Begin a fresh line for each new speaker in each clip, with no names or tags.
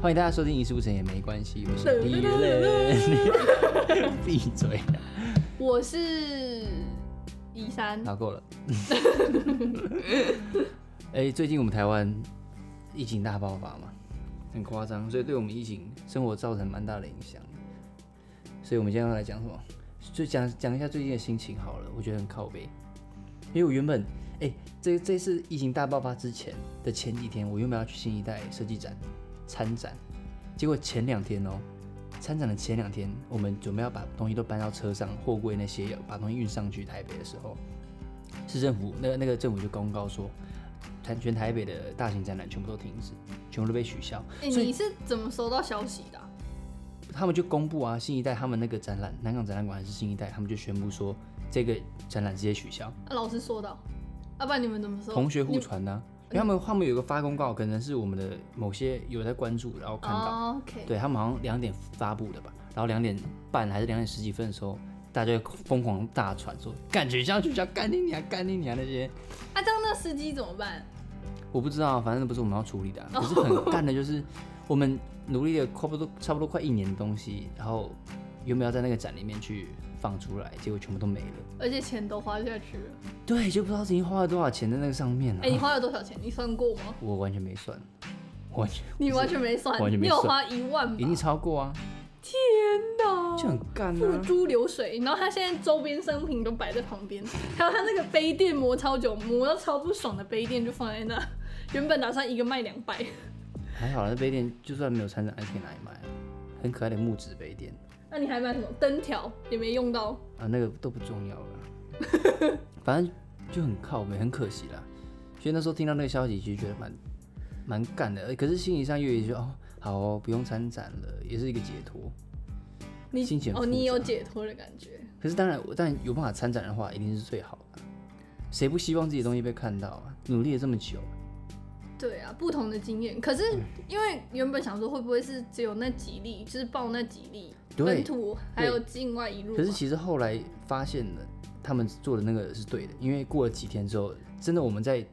欢迎大家收听《遗失不成也没关系》，我是 B 人， 闭嘴，
我是一三，
好够了。 哎、最近我们台湾疫情大爆发嘛，很夸张，所以对我们疫情生活造成蛮大的影响。所以我们今天要来讲什么？就讲讲一下最近的心情好了，我觉得很靠背，因为我原本哎、这这次疫情大爆发之前的前几天，我原本要去新一代设计展参展，结果前两天哦、参展的前两天，我们准备要把东西都搬到车上，货柜那些把东西运上去台北的时候，市政府那个那个政府就公告说，台全台北的大型展览全部都停止，全部都被取消。
哎、
所以
你是怎么收到消息的啊、
他们就公布啊，新一代他们那个展览，南港展览馆还是新一代，他们就宣布说这个展览直接取消。
啊老师说的哦，要、不然你嗯们怎么收？
同学互传呢、因为他们他们有一个发公告，可能是我们的某些有在关注，然后看到，
哦、OK，
对他们好像两点发布的吧，然后两点半还是两点十几分的时候，大家就疯狂大传说干取消取消，干你娘干你娘那些，
啊，这样那司机怎么办？
我不知道，反正不是我们要处理的啊、可是很干的就是我们努力了差不多差不多快一年的东西，然后原本要在那个展里面去放出来，结果全部都没了。
而且钱都花下去了。
对，就不知道自己花了多少钱在那个上面了、
哎、你花了多少钱？你算过吗？
我完全没算，完全
你完全没算，
完全没
你有
算
花一万吧？
一定超过啊，
真的哦
就很干
付
啊。
诸流水，然后他现在周边商品都摆在旁边，还有他那个杯垫磨超久，磨到超不爽的杯垫就放在那，原本打算一个卖两百，
还好那杯垫就算没有参展，还可以拿来卖啊，很可爱的木质杯垫
那你还买什么灯条也没用到，
啊，那个都不重要了，反正就很靠北，很可惜啦。所以那时候听到那个消息，其实觉得蛮蛮干的，呃可是心理上又也就哦，好哦，不用参展了，也是一个解脱。
你
心情很
哦，
复
你有
杂
解脱的感觉。
可是当然，我但有办法参展的话，一定是最好的啊。谁不希望自己的东西被看到啊？努力了这么久，
对啊，不同的经验。可是因为原本想说，会不会是只有那几例，就是报那几例
对
本土，还有境外一路嘛。
可是其实后来发现了，他们做的那个是对的，因为过了几天之后，真的我们在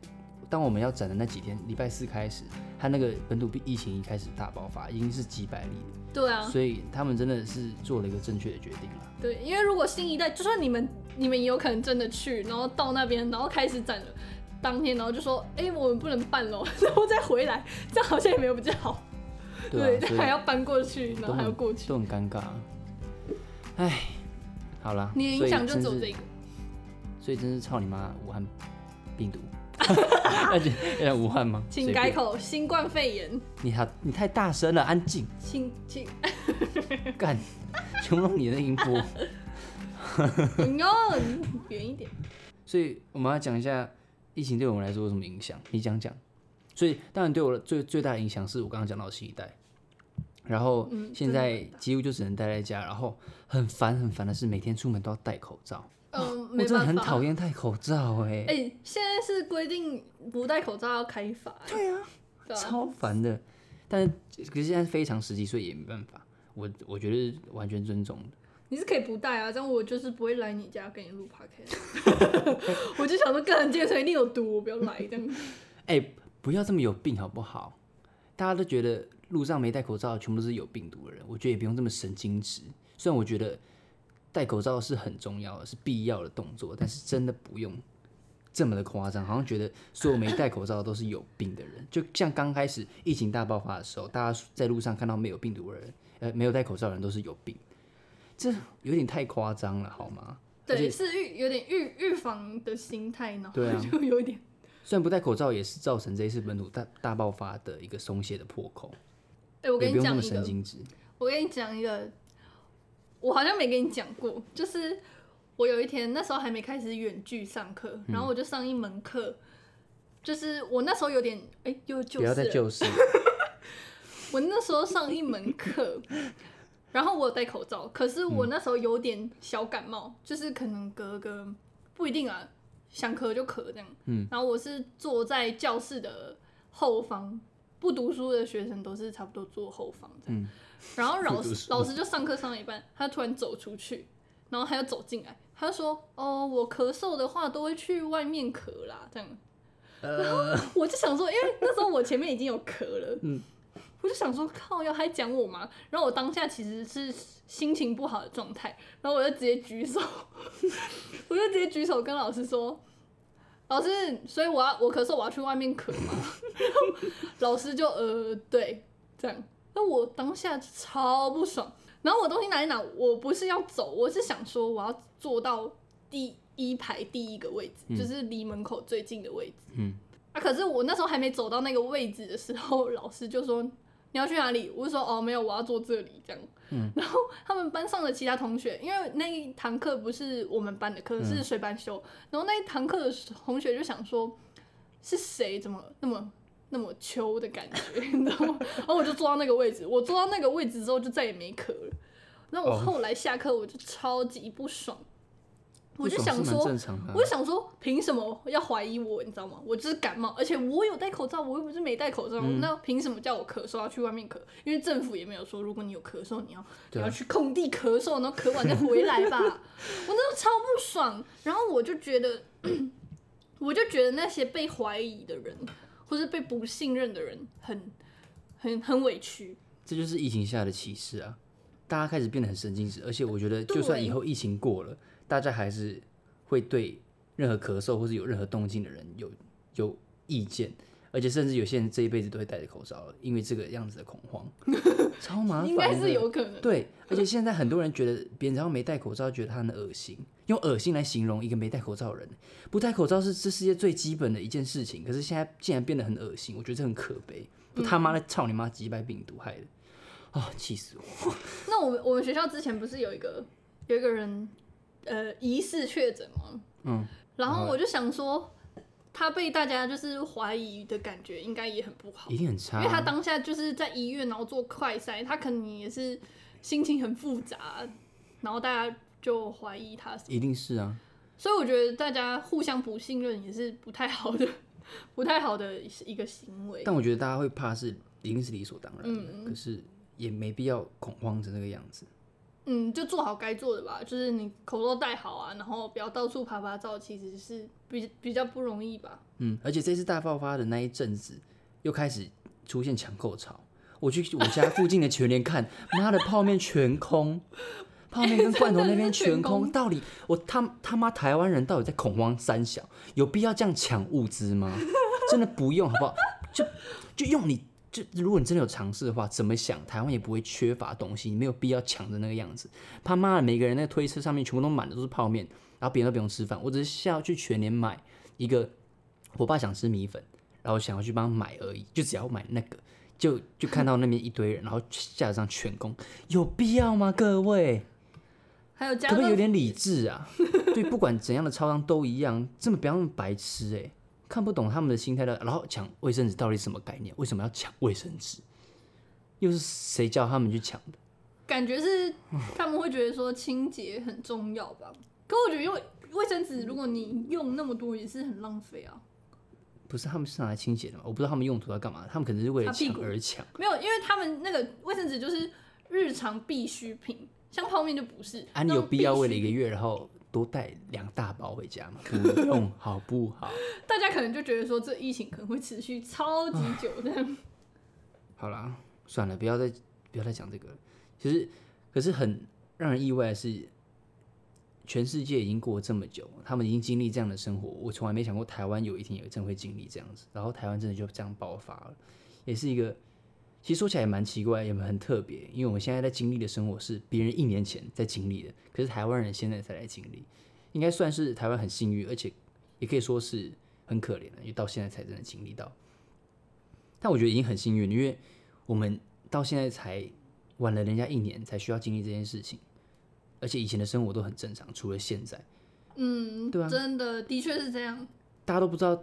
当我们要展的那几天，礼拜四开始，他那个本土病疫情一开始大爆发，已经是几百例了，
对啊，
所以他们真的是做了一个正确的决定 了。
对，因为如果新一代，就算你们你们也有可能真的去，然后到那边，然后开始展了，当天然后就说，哎、我们不能办了， 然后再回来，这样好像也没有比较好。
对啊，所
还
以
要搬过去，然
都
后还要
很
过去，
都很尴尬、啊。唉，好啦，
你的
所
影
以
响就
真
只有
是
这个。
所以真是操你妈武汉病 毒， 而且要讲武汉吗？
请
随
改
便，
口，新冠肺炎，
你好，你太大声了，安静。
请请，
干， 全部都你的音波。
no，远一点。
所以我们要讲一下疫情对我们来说有什么影响，你讲讲。所以当然对我的最最大的影响是我刚刚讲到的新一代，然后
嗯
现
真的
在几乎就只能待在家，然后很烦很烦的是每天出门都要戴口罩，
嗯，
我
没
真的
办
很
法。
讨厌戴口罩哎、
哎、现在是规定不戴口罩要开罚、对啊，对啊，
超烦的。但是可是现在非常时期，所以也没办法，我我觉得完全尊重的。
你是可以不戴啊，这样我就是不会来你家跟你录 podcast。我就想说，个人健身一定有毒，我不要来这样。
哎、不要这么有病好不好？大家都觉得路上没戴口罩的全部都是有病毒的人，我觉得也不用这么神经质。虽然我觉得戴口罩是很重要的，是必要的动作，但是真的不用这么的夸张，好像觉得所有没戴口罩的都是有病的人。就像刚开始疫情大爆发的时候，大家在路上看到没有病毒的人，呃，没有戴口罩的人都是有病，这有点太夸张了，好吗？而且
对，是预有点预预防的心态，然后
对啊
就有点。
虽然不戴口罩也是造成这一次本土大大爆发的一个松懈的破口，
哎、我
也
跟
不
你
用那
讲
么
一
神
个，
经质。
我跟你讲一个，我好像没跟你讲过，就是我有一天那时候还没开始远距上课，
嗯
然后我就上一门课，就是我那时候有点哎、又就
不要
是
再
了
旧事，
我那时候上一门课，然后我有戴口罩，可是
嗯
我那时候有点小感冒，就是可能隔个不一定啊，想咳就咳这样。
嗯，
然后我是坐在教室的后方，不读书的学生都是差不多坐后方这样。
嗯
然 后老
不读
师
书
老师就上课上到一半，他突然走出去，然后他又走进来，他就说：“哦，我咳嗽的话都会去外面咳
呃
啦。”这样。然后我就想说，因为那时候我前面已经有咳了，
嗯，
我我就想说靠，要还讲我吗？然后我当下其实是心情不好的状态，然后我就直接举手， 我就直接举手跟老师说。老师，所以我要我咳嗽，我要去外面咳 嘛。老师就呃对，这样。那我当下超不爽，然后我东西拿一拿，我不是要走，我是想说我要坐到第一排第一个位置，就是离门口最近的位置。
嗯，
啊，可是我那时候还没走到那个位置的时候，老师就说你要去哪里？我就说哦，没有，我要坐这里这样。
嗯，
然后他们班上的其他同学，因为那一堂课不是我们班的课，
嗯
是随班修，然后那一堂课的同学就想说，是谁怎么那么那么秋的感觉， 你知道吗？然后我就坐到那个位置，我坐到那个位置之后就再也没咳了。那我
哦
后来下课我就超级不爽， 我就
不爽
想
是
说
蛮，正常的啊
我就想说，凭什么要怀疑我？你知道吗？我就是感冒，而且我有戴口罩，我又不是没戴口罩，
嗯
那凭什么叫我咳嗽要去外面咳？因为政府也没有说，如果你有咳嗽，你要你
对啊
要去空地咳嗽，然后咳完再回 来吧。我那时候超不爽，然后我就觉得， 我就觉得那些被怀疑的人，或是被不信任的人，很很很委屈。
这就是疫情下的歧视啊！大家开始变得很神经质，而且我觉得，
对
就算以后疫情过了，大家还是会对任何咳嗽或是有任何动静的人有有意见，而且甚至有些人这一辈子都会戴着口罩了，因为这个样子的恐 慌，超麻烦的。
应该是有 可能，
对，而且现在很多人觉得别人只要没戴口罩，觉得他很恶心，用恶心来形容一个没戴口罩的人。不戴口罩是这世界最基本的一件事情，可是现在竟然变得很恶心，我觉得这很可悲。都他妈的操你妈几百病毒害的，啊、气死我！
那我们我们学校之前不是有一个有一个人呃疑似确诊吗？
嗯，
然
然
后
后
我就想说，他被大家就是怀疑的感觉应该也很不好，
一定很差、啊
因为他当下就是在医院，然后做快筛，他可能也是心情很复杂，然后大家就怀疑他，
一定是啊，
所以我觉得大家互相不信任也是不太好的，不太好的一个行为。
但我觉得大家会怕是一定是理所当然的，
嗯
可是也没必要恐慌成那个样子。
嗯，就做好该做的吧，就是你口罩戴好啊，然后不要到处爬爬照，其实是比比较不容易吧。
嗯，而且这次大爆发的那一阵子，又开始出现抢购潮。我去我家附近的全联看，妈的泡面全空，泡面跟罐头那边全
真的是全
空。到底我他他妈台湾人到底在恐慌三小？有必要这样抢物资吗？真的不用好不好？就就用你。就如果你真的有尝试的话，怎么想台湾也不会缺乏东西，你没有必要抢成那个样子。他妈的，每个人那个推车上面全部都满的都是泡面，然后别人都不用吃饭。我只是下要去全联买一个，我爸想吃米粉，然后想要去帮他买而已，就只要买那个，就就看到那边一堆人，然后架上全攻，有必要吗？各位，
还有加
可不可以
热
有点理智啊？ 对，不管怎样的超商都一样，这么不要那么白痴哎、看不懂他们的心态的，然后抢卫生纸到底是什么概念？为什么要抢卫生纸？又是谁叫他们去抢的？
感觉是他们会觉得说清洁很重要吧。可我觉得用卫生纸，如果你用那么多也是很浪费啊。
不是他们是拿来清洁的吗？我不知道他们用途要干嘛，他们可能是为了
擦屁
抢
股
而抢。
没有，因为他们那个卫生纸就是日常必需品，像泡面就不是。
啊，你有
那种
必要为了
需
一个月，然后多带两大包回家吗？不用， 好不好？
大家可能就觉得说这疫情可能会持续超级久的。
好啦，算了，不要再不要再讲这个了。其实，可是很让人意外的是，全世界已经过了这么久，他们已经经历这样的生活，我从来没想过台湾有一天有一阵会经历这样子。然后台湾真的就这样爆发了，也是一个，其实说起来也蛮奇怪，也很特别，因为我们现在在经历的生活是别人一年前在经历的，可是台湾人现在才来经历，应该算是台湾很幸运，而且也可以说是很可怜的，因为到现在才真的经历到。但我觉得已经很幸运，因为我们到现在才晚了人家一年，才需要经历这件事情，而且以前的生活都很正常，除了现在，
嗯，
对啊
真的，的确是这样。
大家都不知道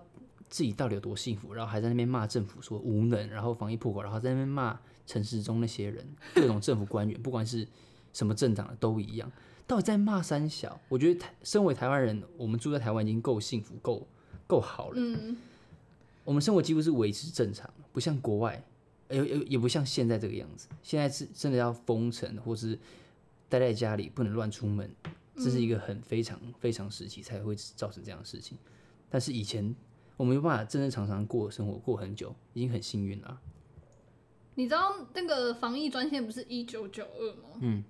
自己到底有多幸福，然后还在那边骂政府说无能，然后防疫破口，然后在那边骂陈时中那些人，各种政府官员，不管是什么政党的都一样，到底在骂三小？我觉得台身为台湾人，我们住在台湾已经够幸福，够够好了。
嗯，
我们生活几乎是维持正常，不像国外，也也也不像现在这个样子。现在是真的要封城，或是待在家里不能乱出门，这是一个很非常非常时期才会造成这样的事情。但是以前我们没有办法正正常常过生活过很久，已经很幸运了啊。
你知道那个防疫专线不是一九九二吗？
嗯，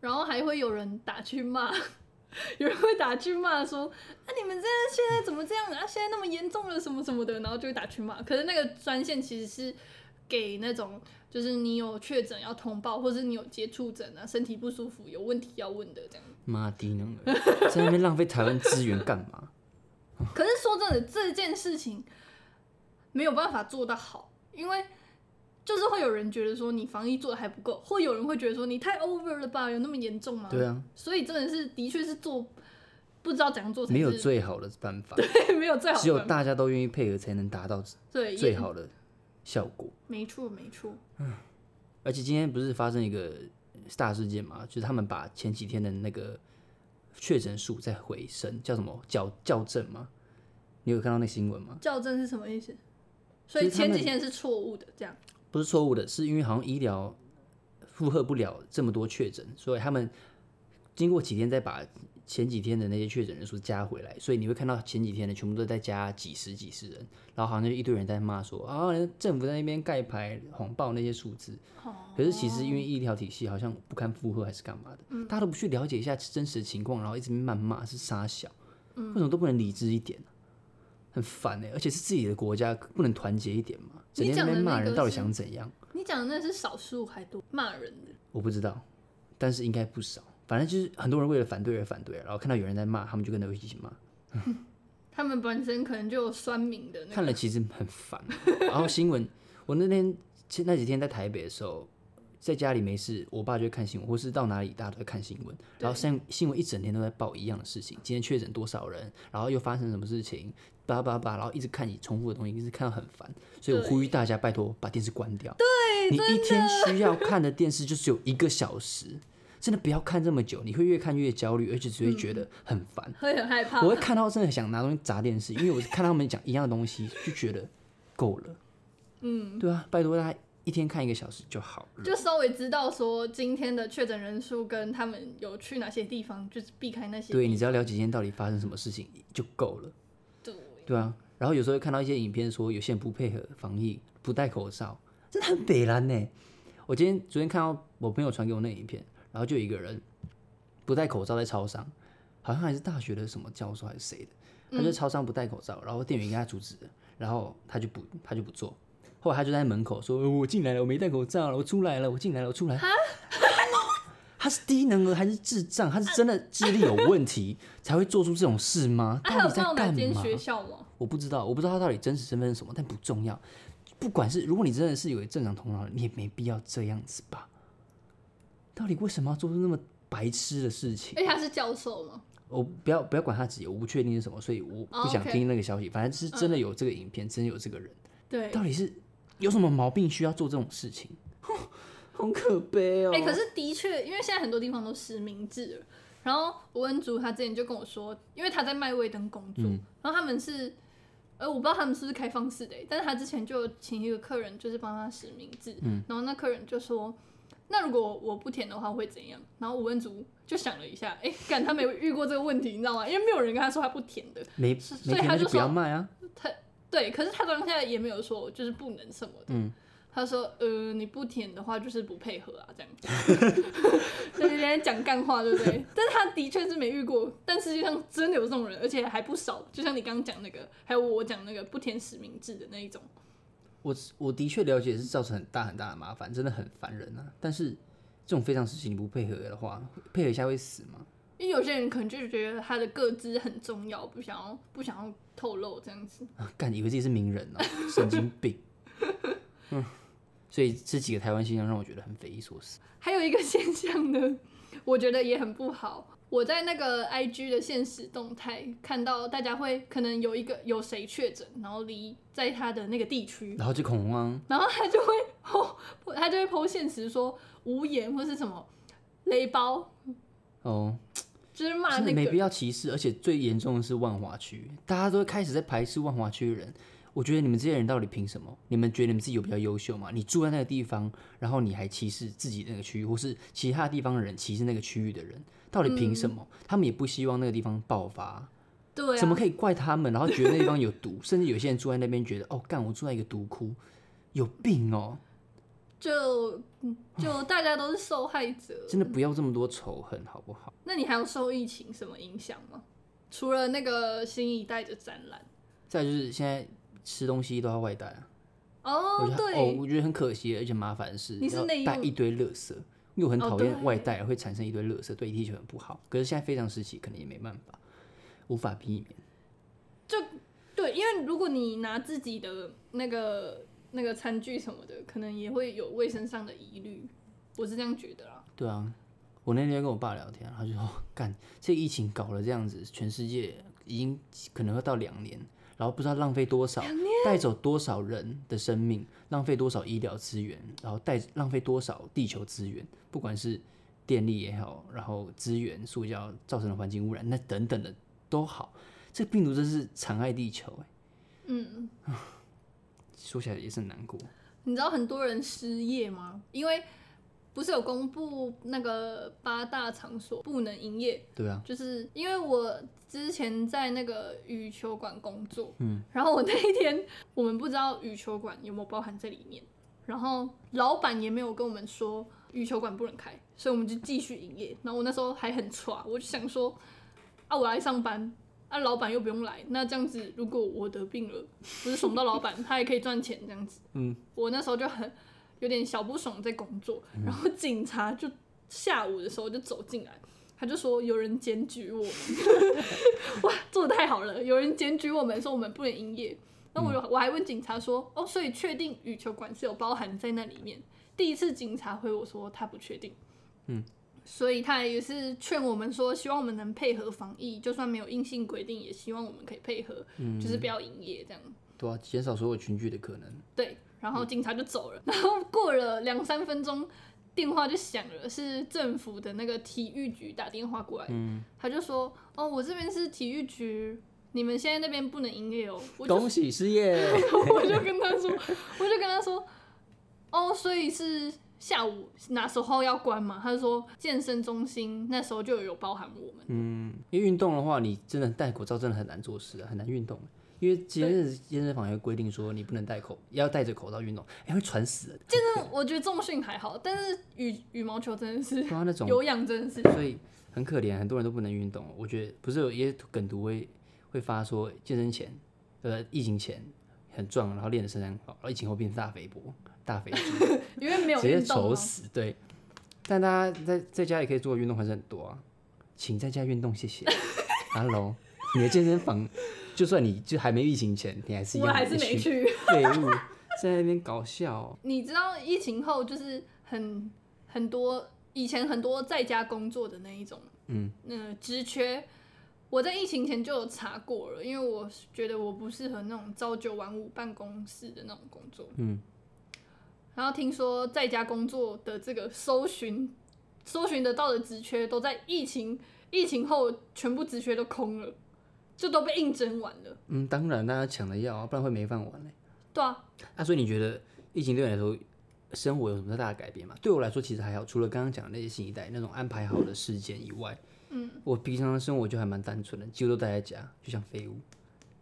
然后还会有人打去骂， 有人会打去骂说：“那、你们这现在怎么这样啊？现在那么严重了，什么什么的。”然后就会打去骂。可是那个专线其实是给那种就是你有确诊要通报，或是你有接触诊啊，身体不舒服有问题要问的这样。
妈低能儿， 在那边浪费台湾资源干 嘛？
可是说真的，这件事情没有办法做到好，因为就是会有人觉得说你防疫做的还不够，或有人会觉得说你太 over 了吧，有那么严重吗？
对啊，
所以真的是的确是做不知道怎样做才
没有
是
最好的办法，
对 没有最好
只有
的办法
大家都愿意配合，才能达到
对
最
也
好的效果。
没错没错，
而且今天不是发生一个大事件嘛，就是他们把前几天的那个确诊数再回升，叫什么矫校正吗？你有看到那新闻吗？
校正是什么意思？所
其
以
实他
前
们
几天是错误的，这样
不是错误的，是因为好像医疗负荷不了这么多确诊，所以他们经过几天再把前几天的那些确诊人数加回来，所以你会看到前几天的全部都在加几十几十人，然后好像就一堆人在骂说啊，政府在那边盖牌谎报那些数字，
哦
可是其实因为医疗体系好像不堪负荷还是干嘛
嗯
的，大家都不去了解一下真实的情况，然后一直谩骂是傻小，
嗯
为什么都不能理智一点呢、很烦哎、而且是自己的国家，不能团结一点吗？整
你
天在
讲
那
的
边骂
那
人，
个
到底
是
想怎样？
你讲的那是少数还多骂人的，
我不知道，但是应该不少。反正就是很多人为了反对而反对，啊然后看到有人在骂，他们就跟着一起骂，
他们本身可能就有酸民的那
看
个
了其实很烦。 然后新闻，我那天前那几天在台北的时候，在家里没事，我爸就会看新闻，或是到哪里大家都在看新闻，然后像新闻一整天都在报一样的事情，今天确诊多少人，然后又发生什么事情，叭叭叭，然后一直看你重复的东西，一直看到很烦。所以我呼吁大家，拜托把电视关掉。对，你一天需要看的电视就只有一个小时。真的不要看这么久，你会越看越焦虑，而且只会觉
嗯
得很烦。
会很害怕
我。会看到真的想拿东西砸电视，因为我看他们讲一样的东西就觉得够了。嗯，对啊，拜托大家一天看一个小时就好了。
就稍微知道说今天的确诊人数跟他们有去哪些地方，就是避开那些。
对你只要了解今天到底发生什么事情就够了。
对，
对啊，然后有时候会看到一些影片说有些人不配合防疫，不戴口罩，真的很北蓝呢。我今天昨天看到我朋友传给我那影片，然后就有一个人不戴口罩在超商，好像还是大学的什么教授还是谁的，他
嗯
就在超商不戴口罩，然后店员给他阻止了，然后他就不他就不做。后来他就在门口说：“呃我进来了，我没戴口罩了，我出来了，我进来了，我出来了。”他是低能儿还是智障？他是真的智力有问题才会做出这种事吗？
啊，
到
还
底
有
在
报哪
干
间
嘛？
学校吗？
我不知道，我不知道他到底真实身份是什么，但不重要。不管是如果你真的是有正常头脑，你也没必要这样子吧？到底为什么要做出那么白痴的事情？
哎，他是教授吗？
我不要不要管他职业，我不确定是什么，所以我
哦
不想
OK 嗯
听那个消息。反正是真的有这个影片，真的有这个人，
对，
到底是有什么毛病需要做这种事情？很可悲哦。
哎、可是的确，因为现在很多地方都实名制了。然后吴恩竹他之前就跟我说，因为他在麦味登工作，然后他们是，呃，我不知道他们是不是开放式的欸、但是他之前就请一个客人就是帮他实名制，然后那客人就说，那如果我不填的话会怎样？然后吴恩竹就想了一下，哎、干他没有遇过这个问题，你知道吗？因为没有人跟他说他不填的，
没
是
没
所以
听
他
那就
就
不要
说
卖啊！
对，可是他当下也没有说就是不能什么的，他说呃你不填的话就是不配合啊这样， 就有点讲干话对不对？但是他的确是没遇过，但世界上真的有这种人，而且还不少。就像你刚刚讲那个，还有我讲那个不填实名制的那一种，
我我的确了解是造成很大很大的麻烦，真的很烦人啊。但是这种非常事情你不配合的话，配合一下会死吗？
因为有些人可能就觉得他的个资很重要，不想要不想要透露这样子。
啊干，以为自己是名人哦，神经病。嗯，所以这几个台湾现象让我觉得很匪夷所思。
还有一个现象呢， 我觉得也很不好。我在那个 IG 的现实动态看到，大家会可能有一个有谁确诊，然后离在他的那个地区，
然后就恐慌，
然后他就会 po，他就会 po 现实说无言或是什么雷包，
哦，
就是骂
真的
那
没
个
必要歧视，而且最严重的是万华区，大家都会开始在排斥万华区的人。我觉得你们这些人到底凭什么？你们觉得你们自己有比较优秀吗？你住在那个地方，然后你还歧视自己那个区域，或是其他地方的人歧视那个区域的人，到底凭什么？他们也不希望那个地方爆发、
嗯对
怎么
啊，
可以怪他们？然后觉得那地方 有毒，甚至有些人住在那边觉得，哦，干，我住在一个毒窟，有病哦。
就就大家都是受害者。
真的不要这么多仇恨，好不好？
那你还有受疫情什么影响吗？除了那个新一代的展览
再来就是现在吃东西都要外带啊，我
哦
觉，得
对，
哦，我觉得很可惜，而且麻烦的是
你是
要
内
带
用
一堆垃圾，因为我很
哦
讨厌
对
外带会产生一堆垃圾，对地 E 球很不好。可是现在非常时期，可能也没办法，无法避免。
对，因为如果你拿自己的那个那个餐具什么的，可能也会有卫生上的疑虑，我是这样觉得啦。
对啊，我那天跟我爸聊天，他就说：“干，这疫情搞了这样子，全世界已经可能要到两年，然后不知道浪费多少，带走多少人的生命，浪费多少医疗资源，然后带浪费多少地球资源，不管是电力也好，然后资源、塑胶造成的环境污染，那等等的都好。这病毒真是残害地球、欸，
嗯，
说起来也是很难过。
你知道很多人失业吗？因为不是有公布那个八大场所不能营业，
对啊，
就是因为我之前在那个羽球馆工作，嗯，然后我那一天我们不知道羽球馆有没有包含在里面，然后老板也没有跟我们说羽球馆不能开，所以我们就继续营业。然后我那时候还很歘，我就想说，啊，我来上班。啊，老板又不用来，那这样子，如果我得病了，不是爽到老板， 他也可以赚钱这样子。
嗯，
我那时候就很有点小不爽在工作，然后警察就下午的时候就走进来，他就说有人检举我们，哇，做的太好了，有人检举我们说我们不能营业。那我就我还问警察说，哦，所以确定羽球馆是有包含在那里面？第一次警察回我说他不确定，
嗯，
所以他也是劝我们说，希望我们能配合防疫，就算没有硬性规定，也希望我们可以配合，就是不要营业这样。
对啊，减少所有群聚的可能。
对，然后警察就走了。然 后过了两三分钟，电话就响了，是政府的那个体育局打电话过来，
嗯
他就说：“哦，我这边是体育局，你们现在那边不能营业 哦。”我就
恭喜失业，
我就跟他说，我就跟他说，哦，所以是下午哪时候要关嘛？他就说健身中心那时候就有包含我们。
嗯，因为运动的话，你真的戴口罩真的很难做事啊，很难运动。因为健身健身房有规定说你不能戴口，要戴着口罩运动，哎、会传死人。
健身我觉得重训还好，但是羽羽毛球真的是
对啊，那种
有氧真的是
所以很可怜，很多人都不能运动。我觉得不是有一些梗图会会发说健身前，呃，疫情前很壮，然后练的身材很好，然后疫情后变大肥婆、大肥猪，
因为没有
直接
运动啊
丑
嘛。
死。对，但大家在在家也可以做的运动还是很多啊，请在家运动，谢谢。Hello，你的 健身房，就算你就还没疫情前，你还是一
我
样
还是没
去，
去。
废物，在那边搞笑哦、
你知道疫情后就是很很多以前很多在家工作的那一种，
嗯，
呃，职缺，我在疫情前就有查过了，因为我觉得我不适合那种朝九晚五办公室的那种工作，
嗯，
然后听说在家工作的这个搜寻搜寻得到的职缺都在疫情疫情后全部职缺都空了，就都被应征完了，
嗯，当然大家抢着要啊，不然会没饭碗嘞。
对啊，
那、所以你觉得疫情对你来说，生活有什么大的改变吗？对我来说其实还好，除了刚刚讲的那些新一代那种安排好的事件以外，
嗯，
我平常的生活就还蛮单纯的，几乎都待在家，就像废物，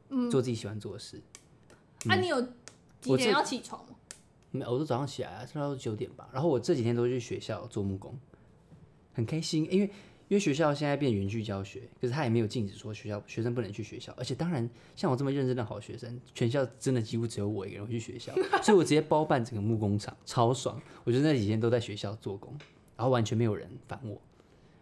嗯，做自己喜欢做的事。
啊，你有几
嗯我
点
这
要起床吗？
没有，我都早上起来啊，差不多九点吧。然后我这几天都去学校做木工，很开心，因为因为学校现在变远距教学，可是他也没有禁止说学校学生不能去学校。而且当然，像我这么认真的好学生，全校真的几乎只有我一个人会去 学校，所以我直接包办整个木工厂，超爽。我就那几天都在学校做工，然后完全没有人烦我，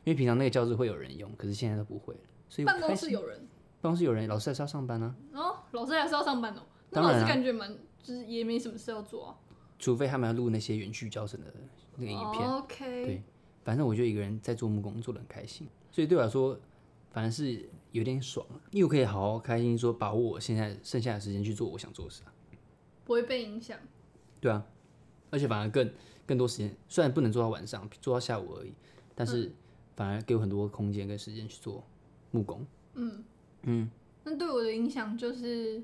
因为平常那个教室会有人用，可是现在都不会了。所以我
办公
开
室
心
有人。
办公室有人，老师还是要上班啊。
哦，老师还是要上班哦。那
当
老
然
师
啊
感觉蛮，就是也没什么事要做啊。
除非他们要录那些远距教程的那个影片。
哦 OK，
对反正我就一个人在做木工，做的很开心，所以对我来说，反而是有点爽，因为我可以好好开心说把握我现在剩下的时间去做我想做的事啊，
不会被影响。
对啊，而且反而更更多时间，虽然不能做到晚上，做到下午而已，但是反而给我很多空间跟时间去做木工，
那对我的影响就是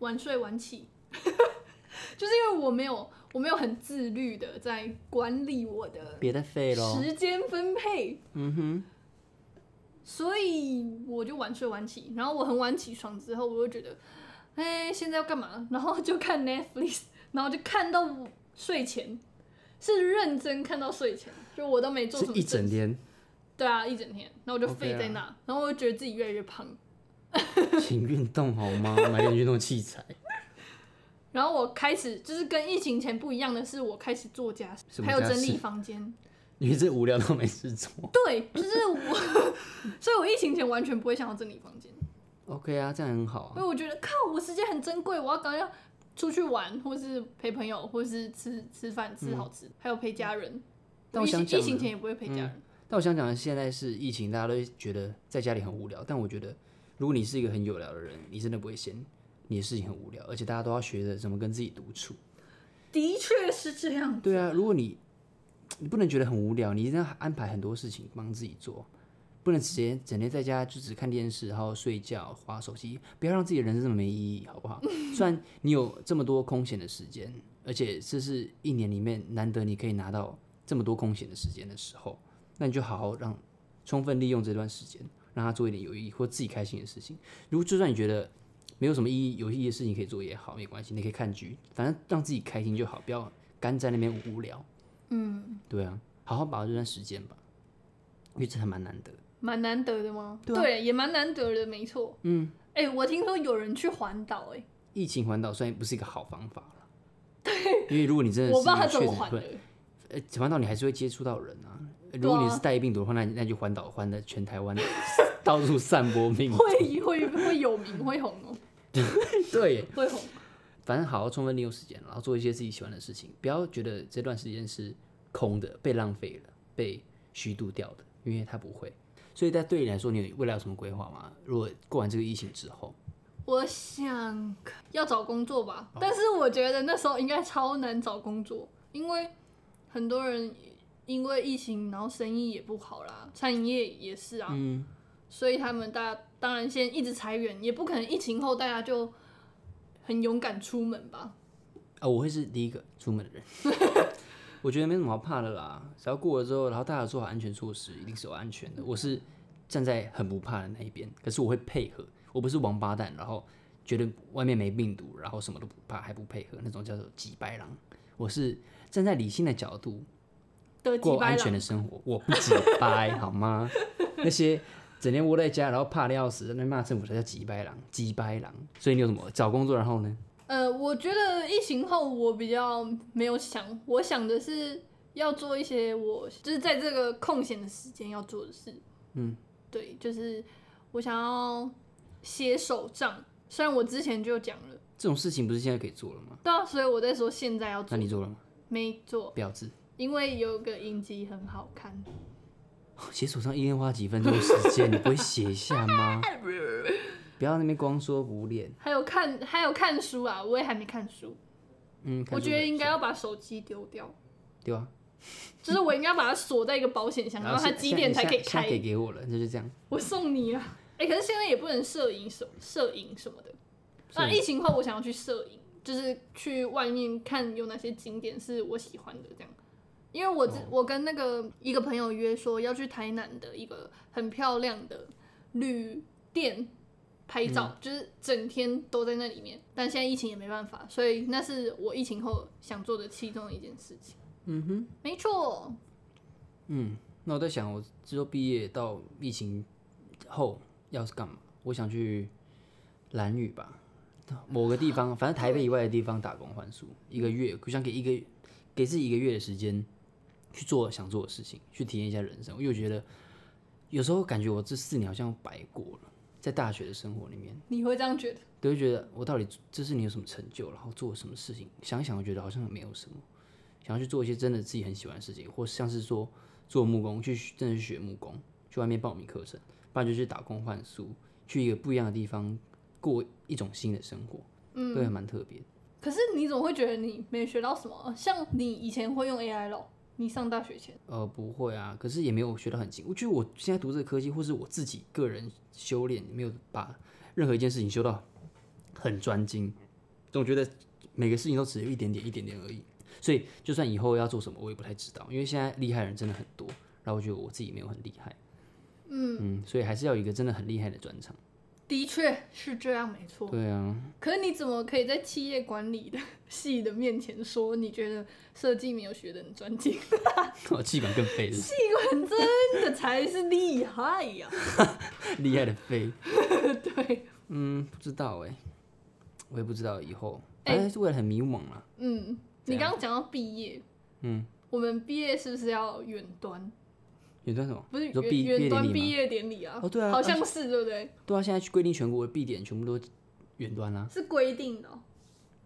晚睡晚起， 就是因为我没有我没有很自律的在管理我的
别再废喽，
时间分配，
嗯哼，
所以我就晚睡晚起。然后我很晚起床之后，我就觉得，哎、现在要干嘛？然后就看 Netflix，然后就看到我睡前。是认真看到睡前，就我都没做
是
什么
一整
正事。
天，
对啊，一整天，然后我就
OK
废在
啊
那然后我就觉得自己越来越胖。
请运动好 吗？买点运动器材，
然后我开始就是跟疫情前不一样的是，我开始做家
什
事，
么
还有
家
整理
事
房间。
因为这无聊到没事 做。
对，就是我， 所以我疫情前完全不会想要整理房间，
OK 啊，这样很好
因
啊。
为我觉得靠，我时间很珍贵，我要赶快要出去玩，或是陪朋友，或是吃吃饭吃好吃，还有陪家人。
嗯但
疫
我
情
想讲
疫
的嗯
情前也不会陪家人，
但我想讲的现在是疫情，大家都觉得在家里很无聊，但我觉得如果你是一个很有聊的人，你真的不会嫌你的事情很无聊，而且大家都要学着怎么跟自己独处。
的确是这样。
对啊，如果你你不能觉得很无聊，你一定要安排很多事情帮自己做，不能直接整天在家就只看电视，然后睡觉、划手机，不要让自己的人生这么没意义，好不好？虽然你有这么多空闲的时间，而且这是一年里面难得你可以拿到这么多空闲的时间的时候，那你就好好让充分利用这段时间，让他做一点有意义或自己开心的事情。如果就算你觉得没有什么意义、有意义的事情可以做也好，没关系，你可以看剧，反正让自己开心就好，不要干在那边无聊。嗯，对啊，好好把握这段时间吧，因为这还蛮难得。
蛮难得的吗？
啊
对,、也蛮难得的，没错。嗯，哎、我听说有人去环岛、哎，
疫情环岛虽然不是一个好方法了，对，因为如果你真的
我不知道他
是
怎
确
么
诊
环
会
的，。
呃，环岛你还是会接触到人啊。
啊
如果你是带病毒的话，那你那你就环岛环的全台湾到处散播病毒。
会会会有名，会红哦、
对，
会红。
反正好好充分利用时间，然后做一些自己喜欢的事情，不要觉得这段时间是空的、被浪费了、被虚度掉的，因为它不会。所以，在对你来说，你有未来有什么规划吗？如果过完这个疫情之后，
我想要找工作吧，但是我觉得那时候应该超难找工作，因为很多人因为疫情，然后生意也不好啦，餐饮业也是啊，
嗯，
所以他们大家当然先一直裁员，也不可能疫情后大家就很勇敢出门吧。
啊，我会是第一个出门的人。 我觉得没什么好怕的啦，只要过了之后，然后大家有做好安全措施，一定是有安全的。我是站在很不怕的那一边，可是我会配合，我不是王八蛋，然后觉得外面没病毒，然后什么都不怕还不配合，那种叫做几白狼。我是站在理性的角度，
的呃几
过
百
安全
了，
的生活，我不鸡掰好吗？那些整天窝在家，然后怕的要死，在那边骂政府才叫鸡掰狼，鸡掰狼。所以你有什么找工作，然后呢？
呃，我觉得疫情后我比较没有想，我想的是要做一些我就是在这个空闲的时间要做的事。
嗯，
对，就是我想要写手账，虽然我之前就讲了，
这种事情不是现在可以做了吗？
对啊，所以我在说现在要
那
做，
你做了吗？
没做，
标志。
因为有个影集很好看，
写手上一天花几分钟的时间，你不会写一下 吗？不要那边光说不练。
还有看还有看书啊，我也还没看书，
嗯，看
我
书
觉得
本
应该要把手机丢掉，
对啊吧？
就是我应该把它锁在一个保险箱，然后它
现
几点才可以
现在现在
开
可以？给我了，那就这样。
我送你啊！哎、可是现在也不能摄影什摄影什么的。那
摄
疫情后，我想要去摄影，就是去外面看有哪些景点是我喜欢的这样。因为我之、我跟那个一个朋友约说要去台南的一个很漂亮的旅店拍照，就是整天都在那里面。但现在疫情也没办法，所以那是我疫情后想做的其中一件事情。嗯哼，没错，
嗯，那我在想，我之后毕业到疫情后要是干嘛？我想去蓝屿吧，某个地方，反正台北以外的地方打工换宿，一个月，我想给一个给自己一个月的时间去做想做的事情，去体验一下人生。因为我觉得有时候感觉我这四年好像白过了，在大学的生活里面。
你会这样觉得？
都会觉得我到底这是你有什么成就，然后做了什么事情，想一想我觉得好像没有什么，想要去做一些真的自己很喜欢的事情，或像是说做木工，去学真的去学木工，去外面报名课程，不然就去打工换宿，去一个不一样的地方过一种新的生活，嗯，对，蛮特别的。
可是你总会觉得你没学到什么，像你以前会用 AI 咯，你上大学前，
呃，不会啊，可是也没有学到很精。我觉得我现在读这个科技，或是我自己个人修炼，没有把任何一件事情修到很专精，总觉得每个事情都只有一点点、一点点而已。所以，就算以后要做什么，我也不太知道，因为现在厉害的人真的很多，然后我觉得我自己没有很厉害，
嗯，
嗯，所以还是要有一个真的很厉害的专长。
的确是这样，没错。
对啊，
可是你怎么可以在企业管理的系的面前说你觉得设计没有学的很专 精？
我气管更废了，
气管真的才是厉害呀、
厉害的废。
对，
嗯，不知道哎、我也不知道以后，
哎
反正是未来很迷惘啊啦。
嗯，你刚刚讲到毕业，
嗯，
我们毕业是不是要远端？
远端什么？
不是
你说
远
毕毕
远
业
端
典
毕
礼吗？
业典礼啊？
哦对啊
好像是对不对？
对啊，现在规定全国的必点全部都远端啦、
是规定的哦、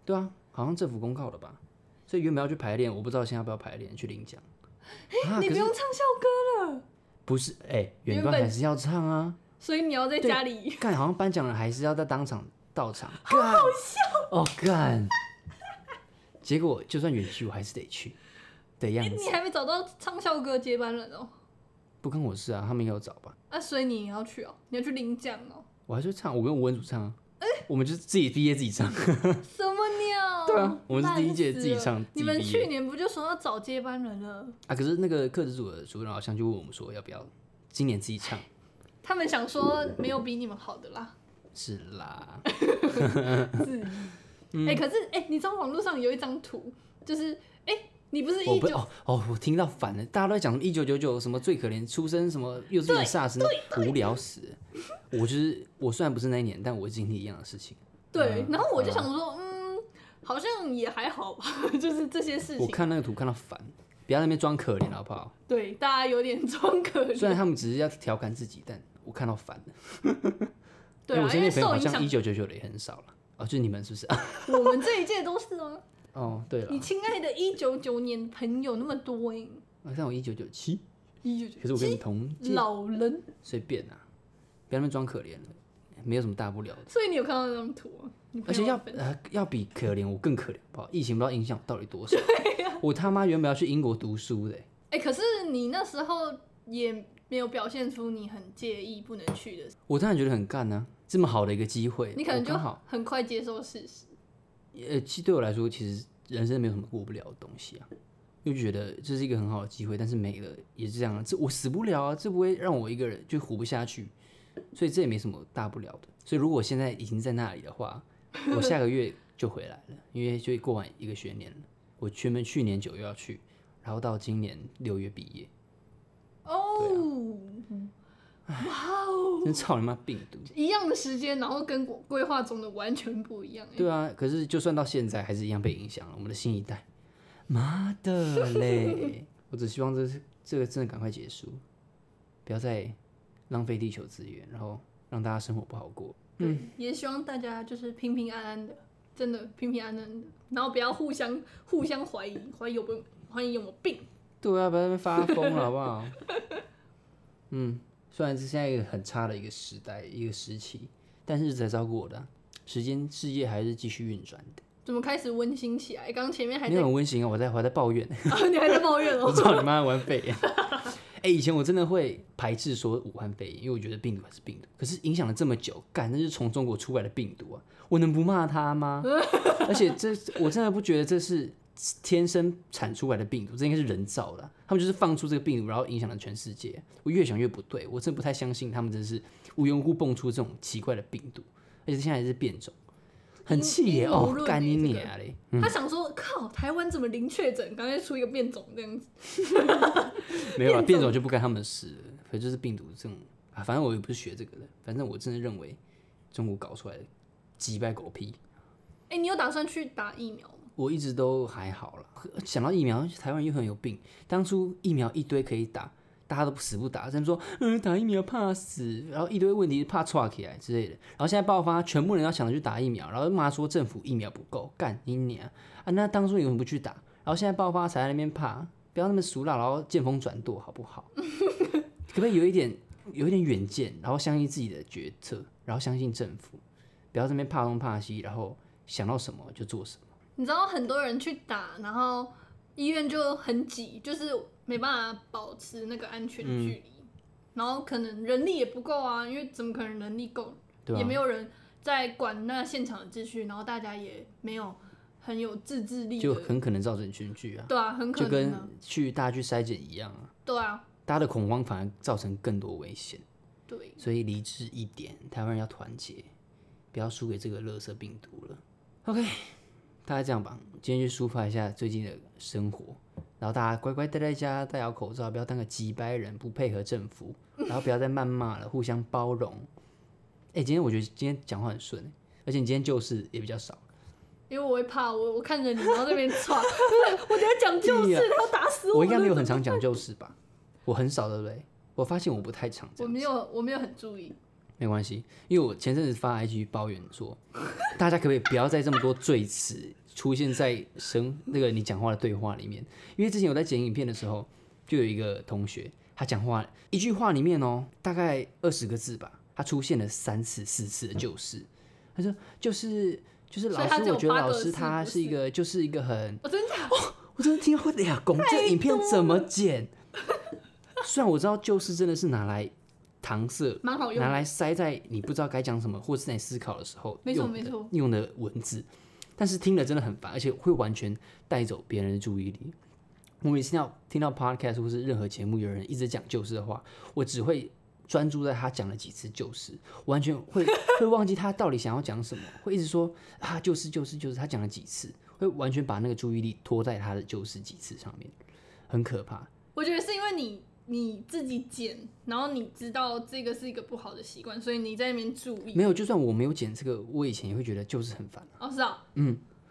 对啊，好像政府公告的吧？所以原本要去排练，我不知道现在要不要排练去领奖。啊，
你
可
不
是
用唱校歌了，
不是哎、远
原
端
本
还是要唱啊。
所以你要在
对
家里。
干，好像颁奖人还是要在当场到场，干好笑哦，干。结果就算远去，我还是得去的样
你
子。
还没找到唱校歌接班人哦、
不跟我是啊，他们应该有找吧？
啊，所以你也要去哦、你要去领奖哦、
我还是会唱，我跟吴文主唱啊。我们就是自己毕业自己唱，
什么鸟？
对啊我们是第一届
烂死
自己
了
唱
你们
自己毕业
去年不就说要找接班人了？
啊，可是那个课职组的主任好像就问我们说要不要今年自己唱，
他们想说没有比你们好的啦。
是啦，
是，哎、
嗯
可是哎、你知道网络上有一张图，就是哎、你不是
我
一
不
九
哦哦，我听到反了，大家都在讲一九九九什么最可怜出生什么幼稚园 SARS 那无聊死了，我就是我虽然不是那一年，但我经历一样的事情，
对，然后我就想说，嗯，好像也还好吧， 就是这些事
我
情，
看那个图看到烦，不要在那边装可怜好不好？
对大家有点装可
虽
怜，
然他们只是要调侃自己，但我看到烦了。
对
因为哎我，
啊
身
因为
边朋友
受
好
影
像
响
一，九九九的也很少了。哦，就是你们是不是？ 啊
我们这一届都是啊。
哦， 对了
你，亲爱的，一九九年朋友那么多哎，
好哦像我一九九七，
一九
可是我跟你同
九
届，
老人，
随便啊，不要在那边装可怜了，没有什么大不了的。
所以你有看到那张图吗？你
而
朋友
且要
分
呃要比可怜我更可怜，好不好？疫情不知道影响我到底多少。 我他妈原本要去英国读书的欸，
哎、可是你那时候也没有表现出你很介意不能去的事，
我当然觉得很干呢、这么好的一个机会，
你可能
我
就
刚好
很快接受事实。
呃，其实对我来说，其实人生没有什么过不了的东西啊，又觉得这是一个很好的机会，但是没了也是这样啊，这我死不了啊，这不会让我一个人就活不下去，所以这也没什么大不了的。所以如果我现在已经在那里的话，我下个月就回来了，因为就过完一个学年了。我原本去年九月要去，然后到今年六月毕业，啊
哦，
真操你妈病毒！
一样的时间，然后跟我规划中的完全不一样、欸。
对啊，可是就算到现在，还是一样被影响了。我们的新一代，妈的嘞！ 我只希望这是这个真的赶快结束，不要再浪费地球资源，然后让大家生活不好过。
嗯，也希望大家就是平平安安的，真的平平安安的，然后不要互相互相怀疑，怀疑有没有怀疑有没有病。
对啊，不要在那边发疯了，好不好？ 嗯，虽然是现在一个很差的一个时代，一个时期，但是才照顾我的啊、时间，世界还是继续运转的。
怎么开始温馨起来？刚前面还
你
在，
很温馨啊，我在我还在抱怨。
啊、你还在抱怨
我
哦。
操你妈 玩肺炎！哎、以前我真的会排斥说武汉肺炎，因为我觉得病毒还是病毒。可是影响了这么久，干那是从中国出来的病毒啊，我能不骂他吗？而且这我真的不觉得这是天生产出来的病毒，这应该是人造的啊、他们就是放出这个病毒，然后影响了全世界。我越想越不对，我真的不太相信他们真是无缘无故蹦出这种奇怪的病毒，而且现在还是变种，很气耶！
阴谋
哦
论，
干你
欸这个
娘嘞！
他想说，靠，台湾怎么零确诊？刚才出一个变种这样子，
没有啊，变种就不干他们的事了，可就是病毒这种啊，反正我也不是学这个的，反正我真的认为中国搞出来的几百狗屁，
哎、你有打算去打疫苗吗？
我一直都还好了。想到疫苗，台湾又很有病，当初疫苗一堆可以打，大家都死不打，他们说嗯打疫苗怕死，然后一堆问题怕岔起来之类的，然后现在爆发，全部人要抢着去打疫苗，然后骂说政府疫苗不够，干你娘啊！那当初你为什么不去打？然后现在爆发才在那边怕，不要那么俗辣，然后见风转舵好不好？可不可以有一点有一点远见，然后相信自己的决策，然后相信政府，不要这边怕东怕西，然后想到什么就做什么。
你知道很多人去打，然后医院就很挤，就是没办法保持那个安全距离，
嗯
然后可能人力也不够啊，因为怎么可能人力够？
对啊
也没有人在管那现场的秩序，然后大家也没有很有自制力
就
的，
很可能造成群聚啊，
对啊，很可
就
能、
跟
啊，
去大家去筛检一样啊，
对啊，
大家的恐慌反而造成更多危险。
对，
所以理智一点，台湾人要团结，不要输给这个垃圾病毒了。OK，大概这样吧。今天就抒发一下最近的生活，然后大家乖乖待在家，戴好口罩，不要当个急掰人，不配合政府，然后不要再谩骂了，互相包容。哎、今天我觉得今天讲话很顺、欸而且你今天就是也比较少。
因为我会怕，我我看着你，然后这边 喘，我等下讲旧
屁
事
啊，
他要打死
我
我
应该没有很
长，
常讲旧事吧？我很少，对不对？我发现我不太常这
我
样。
没有，我没有很注意。
没关系，因为我前阵子发 IG 抱怨说，大家可不可以不要再这么多罪词出现在生那个你讲话的对话里面？因为之前我在剪影片的时候，就有一个同学，他讲话一句话里面哦，大概二十个字吧，他出现了三次四次的就是，他说就是就是
所以
老
他只
师，
有
我觉得
八
老
个
师
字
他
不
是一
是
个就是一个很
我哦真的假的
我真的听会俩公，这影片怎么剪？虽然我知道旧事真的是拿来搪塞，
蛮好用
拿
的，
来塞在你不知道该讲什么，或是在你思考的时候
没错
用
没错，
用的文字，但是听了真的很烦，而且会完全带走别人的注意力。我每次听到听到 podcast 或是任何节目有人一直讲旧事的话，我只会专注在他讲了几次旧事，完全会 会忘记他到底想要讲什么，会一直说啊旧事旧事旧事，他讲了几次，会完全把那个注意力拖在他的旧事几次上面，很可怕。
我觉得是因为你你自己剪，然后你知道这个是一个不好的习惯，所以你在那边注意。
没有，就算我没有剪这个，我以前也会觉得就是很烦。
哦，是啊，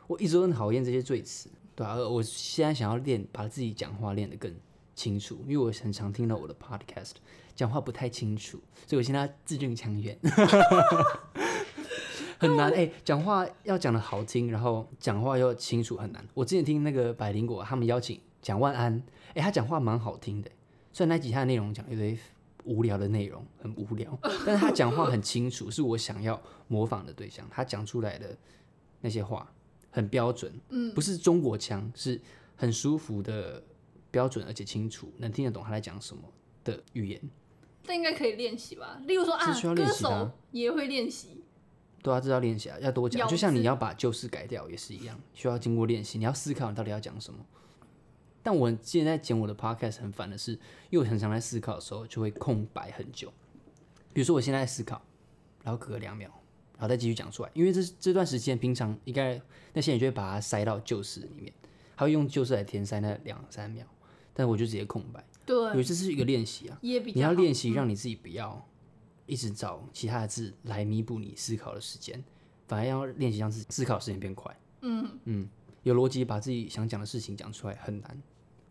我一直都很讨厌这些罪词，对啊，呃我现在想要练，把自己讲话练得更清楚，因为我很常听到我的 podcast 讲话不太清楚，所以我现在字正腔圆， 很难哎、讲话要讲的好听，然后讲话要清楚很难。我之前听那个百灵果他们邀请蒋万安，哎、他讲话蛮好听的，虽然那集他的内容讲一堆无聊的内容，很无聊，但是他讲话很清楚，是我想要模仿的对象，他讲出来的那些话很标准，嗯，不是中国腔，是很舒服的标准，而且清楚，能听得懂他在讲什么的语言。
这应该可以练习吧？例如说啊
是需要，
歌
练习的啊
手也会练习，
对啊，这要练习啊，要多
咬
讲。
字
就像你要把旧事改掉也是一样，需要经过练习，你要思考你到底要讲什么。但我现在剪我的 podcast 很烦的是，因为我很常在思考的时候就会空白很久。比如说我现在在思考，然后隔两秒，然后再继续讲出来，因为这这段时间平常应该那些人就会把它塞到旧事里面，还会用旧事来填塞那两三秒，但我就直接空白。
对，
有这是一个练习啊，
也比
你
较
要
好嗯
练习，让你自己不要一直找其他的字来弥补你思考的时间，反而要练习让自己思考的时间变快。嗯嗯，有逻辑把自己想讲的事情讲出来很难，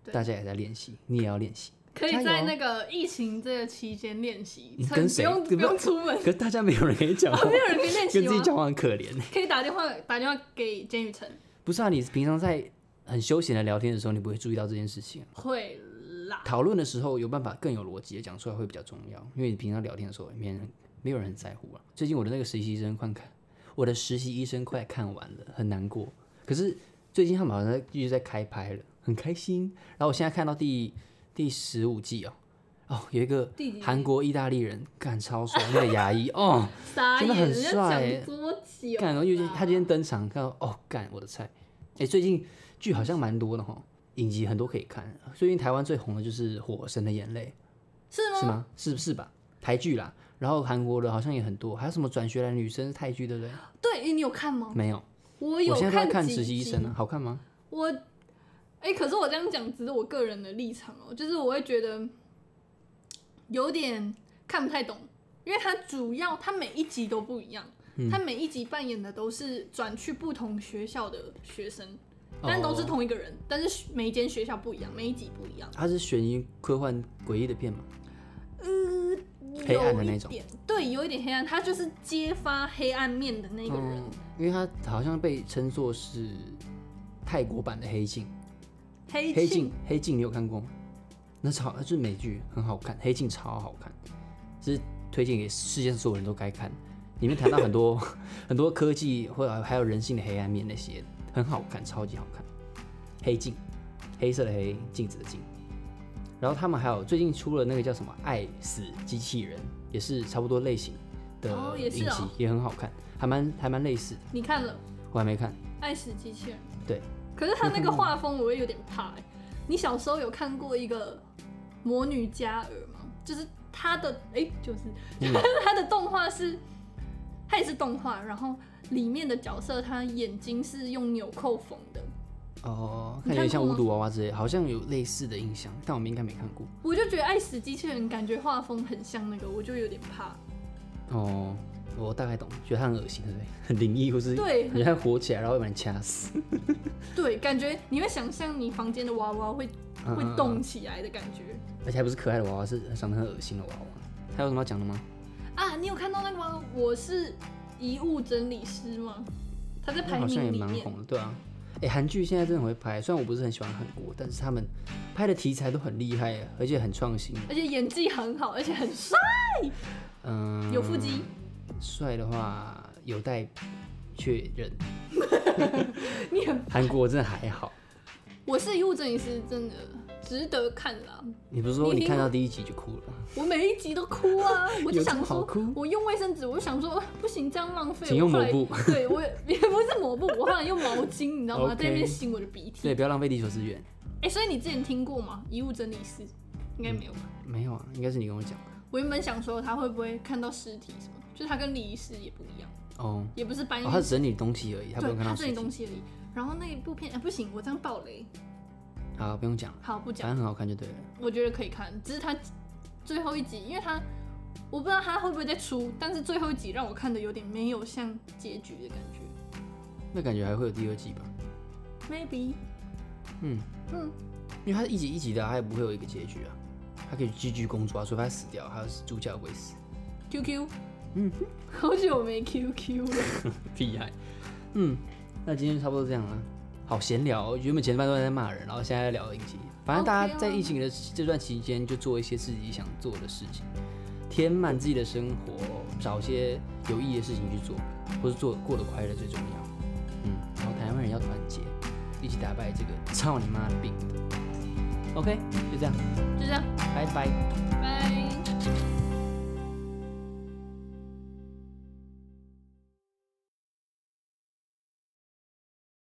对
大家也在练习，你也要练习。
可以
加
在
油
那个疫情这个期间练习，
你
趁
跟
不
谁
用不
跟
用出门
可，是大家没有人可以讲
啊
话，
没有人可以练习
跟自己
吗？
讲话很可怜。
可以打电话打电话给简雨辰，
不是啊，你平常在很休闲的聊天的时候，你不会注意到这件事情啊。
会啦，
讨论的时候有办法更有逻辑的讲出来会比较重要，因为你平常聊天的时候，没人没有人很在乎啊。最近我的那个实习医生快看，我的实习医生快看完了，很难过。可是最近他们好像在继续在开拍了，很开心。然后我现在看到第第十五季哦，哦有一个
弟弟
韩国意大利人，干超帅，那个牙医哦，
傻
真的
眼，
很
人家
帅欸
讲多久？啊
干，然后又他今天登场，看到哦，干我的菜！哎、最近剧好像蛮多的哈，影集很多可以看。最近台湾最红的就是《火神的眼泪》。
是吗？
是吗？是是吧？台剧啦，然后韩国的好像也很多，还有什么转学来女生是泰剧，对不对？
对，诶你有看吗？
没有，
哦我
我
有
现在都在看
几
实习医
集
生啊，好看吗？
我，哎、可是我这样讲只是我个人的立场哦、就是我会觉得有点看不太懂，因为它主要它每一集都不一样，
嗯
它每一集扮演的都是转去不同学校的学生，但都是
哦
同一个人，但是每一间学校不一样，每一集不一样，
它是悬疑、科幻、诡异的片嘛？黑暗
呃有
的那
一
种
点，对，有一点黑暗，他就是揭发黑暗面的那个人，
嗯，因为它好像被称作是泰国版的黑镜。
黑
黑镜，黑镜你有看过吗？那超那是美剧，很好看，黑镜超好看，是推荐给世界上所有人都该看。里面谈到很多 很多科技或者还有人性的黑暗面那些，很好看，超级好看。黑镜，黑色的黑，镜子的镜。然后他们还有最近出了那个叫什么《爱死机器人》，也是差不多类型的
哦也
影
是
集，
哦
也很好看，还蛮还蛮类似的。
你看了《
我还没看，
爱死机器人》？
对，
可是他那个画风，我会有点怕、欸。你小时候有看过一个《魔女嘉尔》吗？就是他的哎、就是他的动画是，他也是动画，然后里面的角色他眼睛是用纽扣缝的，
哦，
嗯你
看有点
看
像
过
无
吗
毒娃娃之类，好像有类似的印象，但我们应该没看过。
我就觉得爱死机器人感觉画风很像那个，我就有点怕。
哦，我大概懂，觉得它很恶心，对 不对？很灵异，或是
对
你它活起来，然后会把你掐死，
对，感觉你会想象你房间的娃娃会
嗯
会动，起来的感觉
而且还不是可爱的娃娃，是呃长得很恶心的娃娃。还有什么要讲的吗？
啊！你有看到那个吗？我是遗物整理师吗？他在排
好像也
名里
蛮
面，
红的，对啊。哎、韩剧现在真的很会拍，虽然我不是很喜欢韩国，但是他们拍的题材都很厉害，而且很创新。
而且演技很好，而且很帅，
嗯，
有腹肌。
帅的话有待确认。
你很，
韩国真的还好，
我是遗物整理师，真的值得看啦。
你不是说你
你听
看
过
到第一集就哭了？
我每一集都哭 啊！我就
有这么
想
好
说
哭，
我用卫生纸，我就想说不行，这样浪费。
请用
我后来
抹布。
对我也 也不是抹布，我后来用毛巾，你知道吗
OK
在那边擤我的鼻涕。
对，不要浪费地球资源。
哎、所以你之前听过吗？遗物整理师应该没有吧？
没有啊，应该是你跟我讲的
我原本想说他会不会看到尸体什么，就是他跟礼仪师也不一样，
哦。
也不是搬
哦，他只整理东西而已，他不
对
用看到
他这
实
里
体。
东西而已。然后那一部片，哎、不行，我这样暴雷，
好，不用讲了，
好不
反
讲，
正很好看就对了。
我觉得可以看，只是他最后一集，因为他我不知道他会不会再出，但是最后一集让我看的有点没有像结局的感觉
那感觉还会有第二季吧？
，maybe，
嗯
嗯，
因为它是一集一集的啊，它也不会有一个结局啊。它可以继续工作啊，除非它死掉，还有主角不会死。
QQ，嗯，好久没 QQ 了，
厉害。嗯，那今天差不多这样了。好闲聊哦，原本前半段在骂人，然后现在在聊影集。反正大
OK
家
啊
在疫情的这段期间，就做一些自己想做的事情，填满自己的生活，找一些有意义的事情去做，或是做过得快乐最重要。嗯，然后台湾人要团结，一起打败这个操你妈的病毒。OK，就这样，
就这样。
拜拜。